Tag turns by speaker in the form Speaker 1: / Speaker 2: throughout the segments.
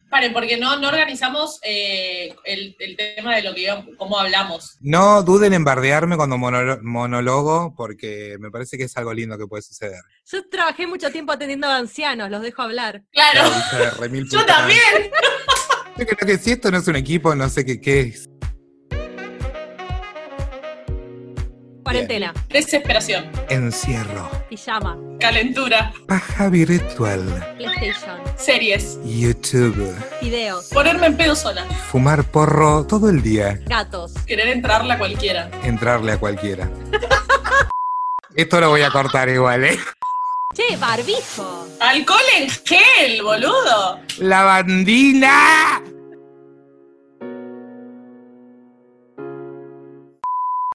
Speaker 1: preparen, porque no, no organizamos eh, el, el, tema de lo que iba, cómo hablamos.
Speaker 2: No duden en bardearme cuando monolo- monologo, porque me parece que es algo lindo que puede suceder.
Speaker 3: Yo trabajé mucho tiempo atendiendo a ancianos, los dejo hablar.
Speaker 1: Claro,
Speaker 2: La hija de remil
Speaker 1: yo
Speaker 2: puta.
Speaker 1: también.
Speaker 2: Yo creo que si esto no es un equipo, no sé qué, qué es.
Speaker 3: Cuarentena,
Speaker 1: Desesperación,
Speaker 2: Encierro,
Speaker 3: pijama,
Speaker 1: calentura,
Speaker 2: paja virtual,
Speaker 3: PlayStation,
Speaker 1: series,
Speaker 2: YouTube,
Speaker 3: videos,
Speaker 1: ponerme en pedo sola,
Speaker 2: fumar porro todo el día,
Speaker 3: gatos.
Speaker 1: querer entrarla cualquiera.
Speaker 2: entrarle a cualquiera. Esto lo voy a cortar igual, ¿eh?
Speaker 3: Che, barbijo.
Speaker 1: Alcohol en gel, boludo.
Speaker 2: ¡La bandina! Eh,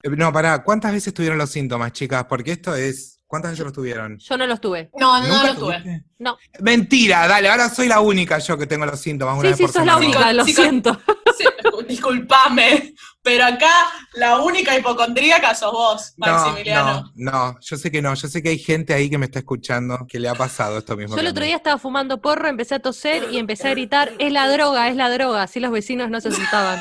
Speaker 2: No, pará, ¿cuántas veces tuvieron los síntomas, chicas? Porque esto es. ¿Cuántas veces los tuvieron?
Speaker 3: Yo no los tuve.
Speaker 1: No, no,
Speaker 2: ¿Nunca
Speaker 1: lo tuve.
Speaker 2: tuviste?
Speaker 3: No.
Speaker 2: Mentira, dale, ahora soy la única yo que tengo los síntomas. Una
Speaker 3: Sí,
Speaker 2: vez
Speaker 3: sí,
Speaker 2: por
Speaker 3: sos la
Speaker 2: semana.
Speaker 3: única, lo
Speaker 1: Chicos,
Speaker 3: siento.
Speaker 1: Sí, disculpame, pero acá la única hipocondríaca sos vos, Maximiliano.
Speaker 2: No, no, no, yo sé que no, yo sé que hay gente ahí que me está escuchando que le ha pasado esto mismo.
Speaker 3: Yo el
Speaker 2: que a
Speaker 3: otro
Speaker 2: mí.
Speaker 3: día estaba fumando porro, empecé a toser y empecé a gritar, es la droga, es la droga, así los vecinos no se asustaban.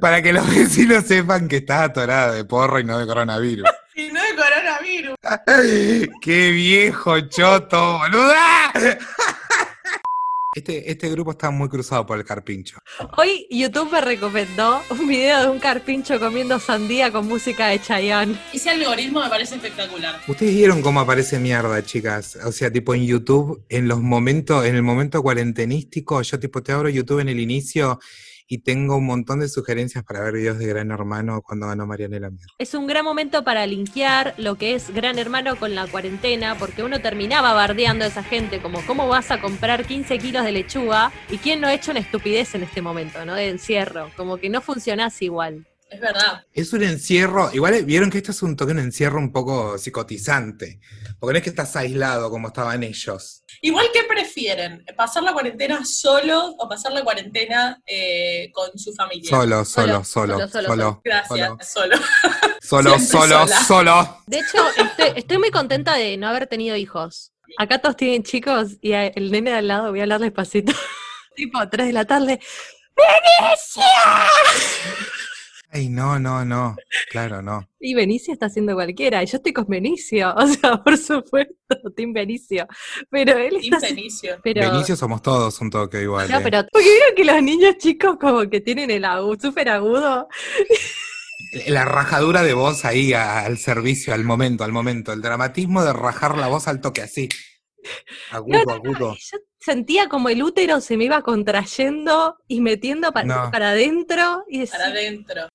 Speaker 2: Para que los vecinos sepan que estás atorada de porro y no de coronavirus.
Speaker 1: Y no de coronavirus.
Speaker 2: ¡Qué viejo choto, boluda! Este, este grupo está muy cruzado por el carpincho.
Speaker 3: Hoy YouTube me recomendó un video de un carpincho comiendo sandía con música de Chayanne.
Speaker 1: Ese algoritmo me parece espectacular.
Speaker 2: Ustedes vieron cómo aparece mierda, chicas. O sea, tipo en YouTube, en los momentos, en el momento cuarentenístico, yo tipo te abro YouTube en el inicio y tengo un montón de sugerencias para ver videos de Gran Hermano cuando ganó Marianela Mier.
Speaker 3: Es un gran momento para linkear lo que es Gran Hermano con la cuarentena, porque uno terminaba bardeando a esa gente, como cómo vas a comprar 15 kilos de lechuga y quién no ha hecho una estupidez en este momento, ¿no? De encierro, como que no funcionás igual.
Speaker 1: Es verdad.
Speaker 2: Es un encierro, igual eh, vieron que esto es un toque, un encierro un poco psicotizante, porque no es que estás aislado como estaban ellos.
Speaker 1: Igual, ¿qué prefieren? ¿Pasar la cuarentena solo o pasar la cuarentena eh, con su familia?
Speaker 2: Solo, solo,
Speaker 3: Solo,
Speaker 2: solo,
Speaker 3: solo, solo,
Speaker 2: solo, solo,
Speaker 1: Gracias, solo.
Speaker 2: solo,
Speaker 1: Siempre
Speaker 2: solo,
Speaker 1: sola.
Speaker 2: solo.
Speaker 3: De hecho, estoy, estoy muy contenta de no haber tenido hijos. Acá todos tienen chicos y a- el nene de al lado voy a hablar despacito. tipo, 3 de la tarde. ¡Benicia!
Speaker 2: Ay, no, no, no, claro, no.
Speaker 3: Y Benicio está haciendo cualquiera, y yo estoy con Benicio, o sea, por supuesto, Team Benicio. Pero él está. haciendo-
Speaker 1: Infelicio.
Speaker 3: Pero,
Speaker 2: Benicio somos todos un toque igual.
Speaker 3: no,
Speaker 2: eh.
Speaker 3: pero. Porque vieron que los niños chicos, como que tienen el agudo, súper agudo.
Speaker 2: La rajadura de voz ahí a- al servicio, al momento, al momento. El dramatismo de rajar la voz al toque así. Agudo, agudo.
Speaker 3: Yo sentía como el útero se me iba contrayendo y metiendo pa-
Speaker 2: No.
Speaker 3: para adentro. Y
Speaker 1: Para
Speaker 3: decía,
Speaker 1: adentro.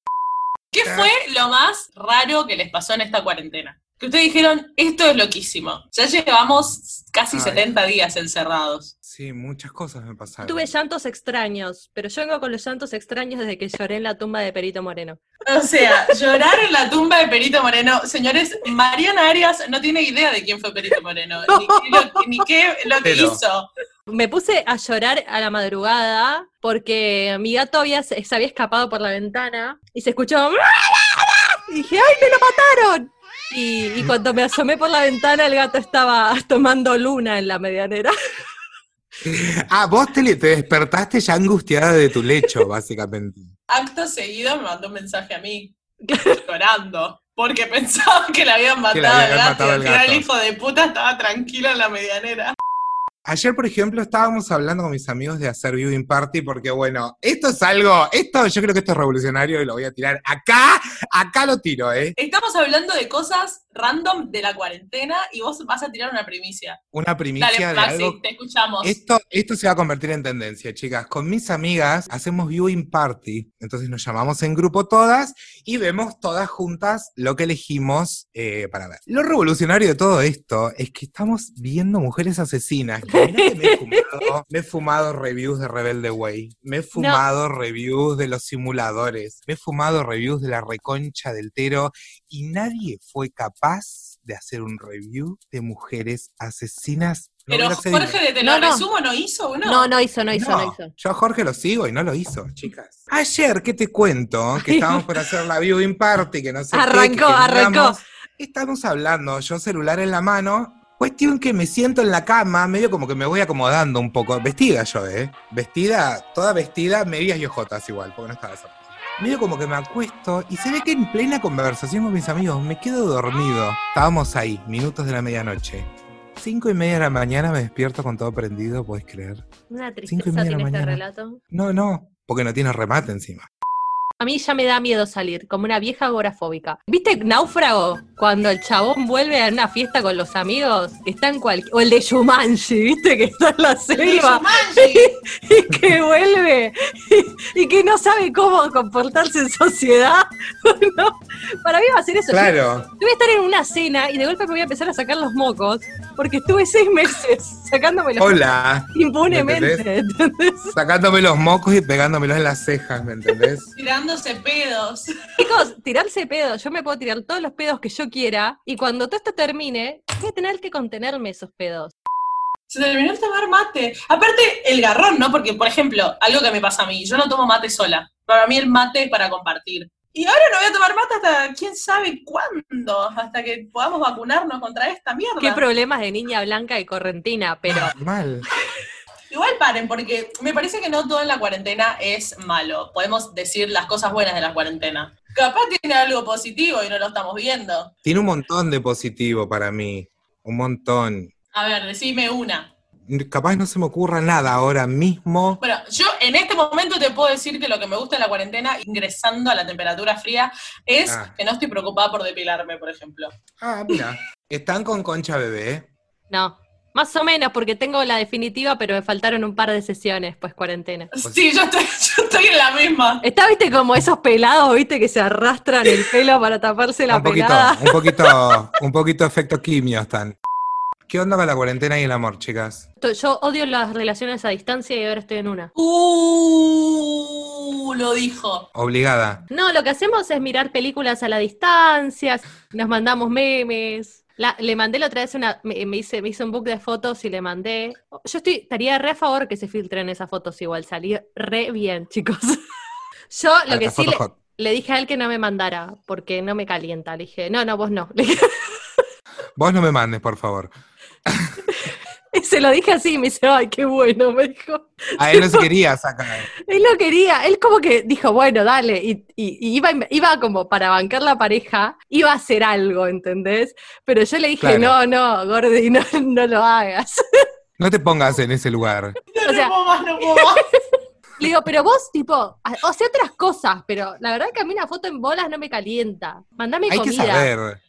Speaker 1: ¿Qué
Speaker 2: Ah.
Speaker 1: fue lo más raro que les pasó en esta cuarentena? Que ustedes dijeron, esto es loquísimo. Ya llevamos casi
Speaker 2: Ay.
Speaker 1: 70 días encerrados.
Speaker 2: Sí, muchas cosas me pasaron.
Speaker 3: Tuve llantos extraños, pero yo vengo con los llantos extraños desde que lloré en la tumba de Perito Moreno.
Speaker 1: O sea, llorar en la tumba de Perito Moreno. Señores, Mariana Arias no tiene idea de quién fue Perito Moreno, ni, qué lo- ni qué lo que
Speaker 2: Pero-
Speaker 1: hizo.
Speaker 3: Me puse a llorar a la madrugada porque mi gato había, se se había escapado por la ventana y se escuchó "¡Mala!". y dije, ¡ay, me lo mataron! Y, y cuando me asomé por la ventana el gato estaba tomando luna en la medianera.
Speaker 2: Ah, vos te, le- te despertaste ya angustiada de tu lecho, básicamente.
Speaker 1: Acto seguido me mandó un mensaje a mí, llorando, porque pensaba que le habían
Speaker 2: Que
Speaker 1: matado
Speaker 2: le habían
Speaker 1: al gato.
Speaker 2: matado
Speaker 1: y
Speaker 2: al
Speaker 1: al final
Speaker 2: gato.
Speaker 1: el hijo de puta estaba tranquilo en la medianera.
Speaker 2: Ayer, por ejemplo, estábamos hablando con mis amigos de hacer viewing party porque, bueno, esto es algo, esto yo creo que esto es revolucionario y lo voy a tirar acá, acá lo tiro, ¿eh?
Speaker 1: Estamos hablando de cosas random de la cuarentena y vos vas a tirar una primicia.
Speaker 2: Una primicia
Speaker 1: Dale,
Speaker 2: de
Speaker 1: Maxi,
Speaker 2: algo
Speaker 1: te escuchamos.
Speaker 2: Esto, esto se va a convertir en tendencia, chicas. Con mis amigas hacemos viewing party. Entonces nos llamamos en grupo todas y vemos todas juntas lo que elegimos eh, para ver. Lo revolucionario de todo esto es que estamos viendo mujeres asesinas. Que mirá que me, he fumado, me he fumado reviews de Rebelde Way. Me he fumado reviews de los simuladores. Me he fumado reviews de la reconcha del tero. Y nadie fue capaz de hacer un review de mujeres asesinas. No
Speaker 1: Pero
Speaker 2: hubiera sido
Speaker 1: Jorge de Te lo
Speaker 3: No, no.
Speaker 1: resumo no hizo uno.
Speaker 3: No, no hizo, no hizo, no, hizo.
Speaker 2: Yo a Jorge lo sigo y no lo hizo, chicas. Ayer, ¿qué te cuento? Que estábamos por hacer la viewing party, que no sé qué,
Speaker 3: Arrancó,
Speaker 2: que generamos.
Speaker 3: arrancó.
Speaker 2: Estamos hablando, yo celular en la mano, Cuestión que me siento en la cama, medio como que me voy acomodando un poco. Vestida yo, ¿eh? Vestida, toda vestida, medias y ojotas igual, porque no estaba esa. Medio como que me acuesto y se ve que en plena conversación con mis amigos me quedo dormido. Estábamos ahí, minutos de la medianoche. Cinco y media de la mañana me despierto con todo prendido, ¿puedes creer?
Speaker 3: Una
Speaker 2: Cinco y media
Speaker 3: tristeza
Speaker 2: de la
Speaker 3: tiene este
Speaker 2: mañana.
Speaker 3: relato.
Speaker 2: No, no, porque no tiene remate encima.
Speaker 3: A mí ya me da miedo salir, como una vieja agorafóbica. ¿Viste Náufrago? Cuando el chabón vuelve a una fiesta con los amigos, que está en cualquier... O el de Shumanji, ¿viste? Que está en la selva. y que vuelve y, y que no sabe cómo comportarse en sociedad. No, Para mí va a ser eso. Yo-
Speaker 2: Claro,
Speaker 3: Yo voy a estar en una cena y de golpe me voy a empezar a sacar los mocos porque estuve seis meses sacándome los mocos
Speaker 2: hola.
Speaker 3: impunemente. ¿entendés?
Speaker 2: Sacándome los mocos y pegándomelos en las cejas, ¿me entendés?
Speaker 1: Tirándose pedos.
Speaker 3: Chicos, tirarse pedos. Yo me puedo tirar todos los pedos que yo quiera y cuando todo esto termine, voy a tener que contenerme esos pedos.
Speaker 1: Se terminó de tomar mate. Aparte, el garrón, ¿no? Porque, por ejemplo, algo que me pasa a mí, yo no tomo mate sola. Para mí el mate es para compartir. Y ahora no voy a tomar mate hasta quién sabe cuándo, hasta que podamos vacunarnos contra esta mierda.
Speaker 3: Qué problemas de niña blanca y correntina, pero
Speaker 2: Mal.
Speaker 1: Igual paren, porque me parece que no todo en la cuarentena es malo. Podemos decir las cosas buenas de la cuarentena. Capaz tiene algo positivo y no lo estamos viendo.
Speaker 2: Tiene un montón de positivo para mí. Un montón.
Speaker 1: A ver, decime una.
Speaker 2: Capaz no se me ocurra nada ahora mismo.
Speaker 1: Bueno, yo en este momento te puedo decir que lo que me gusta de la cuarentena, ingresando a la temperatura fría, es
Speaker 2: Ah.
Speaker 1: que no estoy preocupada por depilarme, por ejemplo.
Speaker 2: Ah, mira. Están con Concha Bebé. ¿eh?
Speaker 3: no. Más o menos, porque tengo la definitiva, pero me faltaron un par de sesiones, pues cuarentena.
Speaker 1: Sí, yo estoy, yo estoy en la misma.
Speaker 3: Está, viste, como esos pelados, viste, que se arrastran el pelo para taparse la
Speaker 2: un poquito,
Speaker 3: pelada.
Speaker 2: un poquito, un poquito efecto quimio están. ¿Qué onda con la cuarentena y el amor, chicas?
Speaker 3: To- Yo odio las relaciones a distancia y ahora estoy en una.
Speaker 1: Uh, lo dijo.
Speaker 2: Obligada.
Speaker 3: No, lo que hacemos es mirar películas a la distancia, nos mandamos memes. La- le mandé la otra vez una, me, me hice, me hice un book de fotos y le mandé. Yo estoy, estaría re a favor que se filtren esas fotos igual, salió re bien, chicos. Yo lo
Speaker 2: Para
Speaker 3: que
Speaker 2: las
Speaker 3: sí le,
Speaker 2: fotos hot.
Speaker 3: le dije a él que no me mandara, porque no me calienta. Le dije, no, no, vos no. Le dije-
Speaker 2: Vos no me mandes, por favor.
Speaker 3: y se lo dije así, y me dice, ay, qué bueno, me dijo.
Speaker 2: A él no se quería sacar.
Speaker 3: Él lo quería, él como que dijo, bueno, dale, y, y- y iba, iba como para bancar la pareja, iba a hacer algo, ¿entendés? Pero yo le dije,
Speaker 2: Claro.
Speaker 3: no, no, Gordi, no, no lo hagas.
Speaker 2: No te pongas en ese lugar.
Speaker 1: No,
Speaker 3: O sea-
Speaker 1: no puedo más, no puedo más.
Speaker 3: Le digo, pero vos, tipo, ha- o sea, otras cosas, pero la verdad que a mí una foto en bolas no me calienta. Mandame
Speaker 2: Hay que
Speaker 3: comida.
Speaker 2: saber. Hay
Speaker 1: que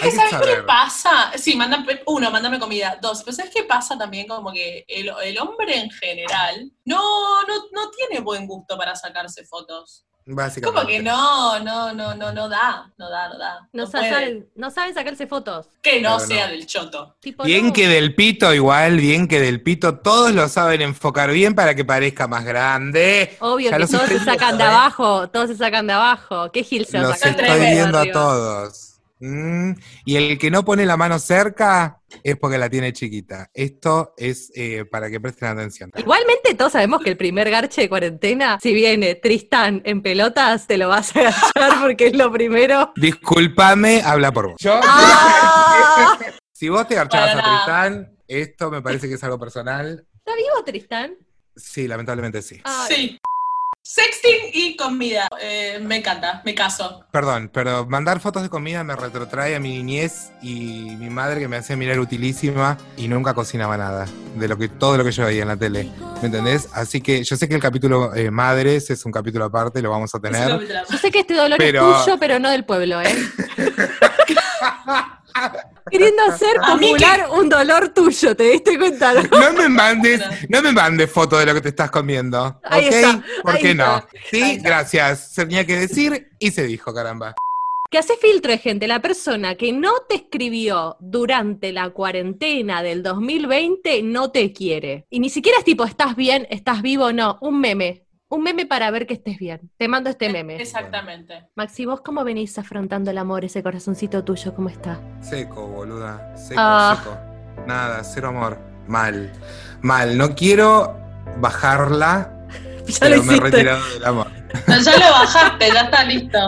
Speaker 2: que
Speaker 1: ¿Sabes qué
Speaker 2: saber.
Speaker 1: pasa? Sí, manda, uno, mándame comida. Dos, pero ¿sabes qué pasa también? Como que el, el hombre en general no, no, no tiene buen gusto para sacarse fotos.
Speaker 2: Básicamente.
Speaker 1: Como que no, no, no, no, no da, no da, no da.
Speaker 3: No,
Speaker 1: No
Speaker 3: sa-
Speaker 1: puede.
Speaker 3: saben, no saben sacarse fotos.
Speaker 1: Que no
Speaker 2: Claro,
Speaker 1: sea
Speaker 2: no.
Speaker 1: del choto.
Speaker 3: Tipo,
Speaker 2: Bien
Speaker 3: no.
Speaker 2: que del pito igual, bien que del pito, todos lo saben enfocar bien para que parezca más grande.
Speaker 3: Obvio
Speaker 2: Ya
Speaker 3: que
Speaker 2: los
Speaker 3: todos se
Speaker 2: estoy
Speaker 3: sacan
Speaker 2: viendo,
Speaker 3: de
Speaker 2: ¿eh?
Speaker 3: abajo, todos se sacan de abajo. ¿Qué Gil se va a
Speaker 2: Los
Speaker 3: sacar de
Speaker 2: estoy
Speaker 3: abajo,
Speaker 2: viendo a
Speaker 3: arriba?
Speaker 2: todos. Mm, Y el que no pone la mano cerca es porque la tiene chiquita. Esto es eh, para que presten atención.
Speaker 3: Igualmente todos sabemos que el primer garche de cuarentena, si viene Tristán en pelotas, te lo vas a agachar porque es lo primero.
Speaker 2: Disculpame, habla por vos. Yo-
Speaker 3: ¡Ah!
Speaker 2: si vos te garchabas
Speaker 1: Para
Speaker 2: a
Speaker 1: nada.
Speaker 2: Tristán, esto me parece que es algo personal.
Speaker 3: ¿Está vivo Tristán?
Speaker 2: Sí, lamentablemente sí.
Speaker 3: Ay.
Speaker 1: Sí. Sexting y comida. Eh, me encanta, me caso.
Speaker 2: Perdón, pero mandar fotos de comida me retrotrae a mi niñez y mi madre que me hacía mirar utilísima y nunca cocinaba nada de lo que todo lo que yo veía en la tele. ¿Me entendés? Así que yo sé que el capítulo eh, Madres es un capítulo aparte, lo vamos
Speaker 1: Eso
Speaker 2: a
Speaker 1: no
Speaker 2: tener.
Speaker 1: me trama.
Speaker 3: Yo sé que este dolor
Speaker 2: Pero-
Speaker 3: es tuyo, pero no del pueblo, ¿eh? Queriendo hacer
Speaker 1: A mí
Speaker 3: popular un dolor tuyo, ¿te diste cuenta? no?
Speaker 2: No me mandes, no me mandes fotos de lo que te estás comiendo.
Speaker 3: Ahí
Speaker 2: ¿Ok?
Speaker 3: está,
Speaker 2: ¿Por
Speaker 3: ahí
Speaker 2: qué
Speaker 3: está,
Speaker 2: no? Sí,
Speaker 1: ahí está.
Speaker 2: gracias. Se tenía que decir y se dijo, caramba.
Speaker 3: Que hace filtro de gente. La persona que no te escribió durante la cuarentena del 2020 no te quiere. Y ni siquiera es tipo, ¿estás bien? ¿Estás vivo? No, un meme. Un meme para ver que estés bien. Te mando este meme.
Speaker 1: Exactamente.
Speaker 3: Maxi, ¿vos cómo venís afrontando el amor, ese corazoncito tuyo? ¿Cómo está?
Speaker 2: Seco, boluda. Seco,
Speaker 3: Ah.
Speaker 2: seco. Nada, cero amor. Mal. Mal. No quiero bajarla
Speaker 3: Ya
Speaker 2: pero me he retirado del amor.
Speaker 1: No, ya lo bajaste, ya está listo.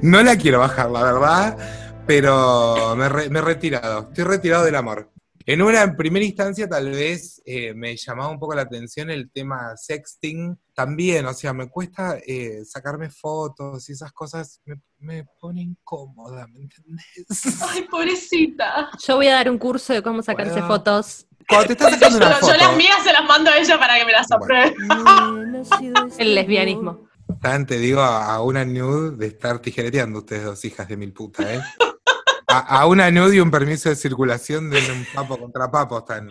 Speaker 2: No la quiero bajar, la verdad, pero me, re- me he retirado, estoy retirado del amor. En una en primera instancia tal vez eh, me llamaba un poco la atención el tema sexting también, o sea, me cuesta eh, sacarme fotos y esas cosas me, me pone incómoda, ¿me entendés?
Speaker 1: Ay, pobrecita.
Speaker 3: Yo voy a dar un curso de cómo sacarse
Speaker 2: Bueno.
Speaker 3: fotos.
Speaker 2: Cuando te estás
Speaker 1: Yo,
Speaker 2: sacando una
Speaker 1: yo
Speaker 2: foto,
Speaker 1: las mías se las mando a ella para que me las
Speaker 2: Bueno.
Speaker 1: apruebe.
Speaker 3: El lesbianismo.
Speaker 2: Tan te digo a, a una nude de estar tijereteando ustedes dos hijas de mil puta, ¿eh? A, a una nude y un permiso de circulación de un papo contra papo están.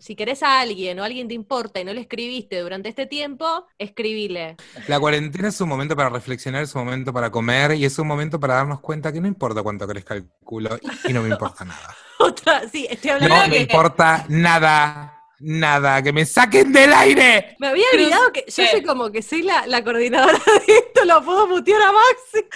Speaker 3: Si querés a alguien o alguien te importa y no le escribiste durante este tiempo, escribile.
Speaker 2: La cuarentena es un momento para reflexionar, es un momento para comer y es un momento para darnos cuenta que no importa cuánto crezca el culo y no me importa nada.
Speaker 3: Otra, sí, estoy
Speaker 2: No
Speaker 3: hablando.
Speaker 1: Creo
Speaker 2: me
Speaker 1: que-
Speaker 2: importa nada, nada, que me saquen del aire.
Speaker 3: Me había
Speaker 1: Cruz-
Speaker 3: olvidado que yo
Speaker 1: ¿Qué?
Speaker 3: soy como que soy la, la coordinadora de esto, lo puedo mutear a Maxi.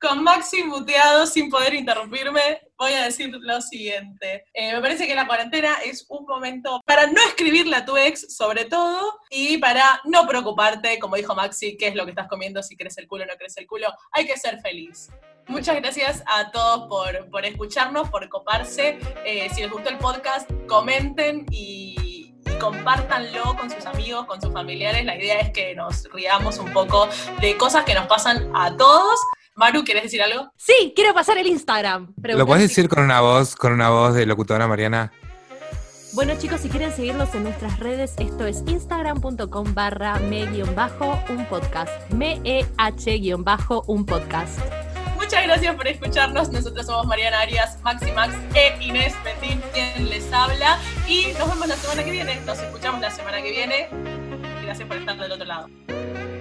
Speaker 1: Con Maxi muteado sin poder interrumpirme, voy a decir lo siguiente. Eh, me parece que la cuarentena es un momento para no escribirle a tu ex, sobre todo, y para no preocuparte, como dijo Maxi, qué es lo que estás comiendo, si crece el culo o no crece el culo. Hay que ser feliz. Muchas gracias a todos por, por escucharnos, por coparse. Eh, si les gustó el podcast, comenten y, y compártanlo con sus amigos, con sus familiares. La idea es que nos riamos un poco de cosas que nos pasan a todos. Maru, ¿quieres decir algo?
Speaker 3: Sí, quiero pasar el Instagram. Preguntar
Speaker 2: ¿Lo puedes
Speaker 3: si-
Speaker 2: decir con una voz, con una voz de locutora Mariana?
Speaker 3: Bueno chicos, si quieren seguirnos en nuestras redes, esto es instagram.com barra me-un podcast. E Me-e-h-un podcast.
Speaker 1: Muchas gracias por escucharnos. Nosotros somos Mariana Arias, Maxi Max e Inés Petín, quien les habla. Y nos vemos la semana que viene. Nos escuchamos la semana que viene. Gracias por estar del otro lado.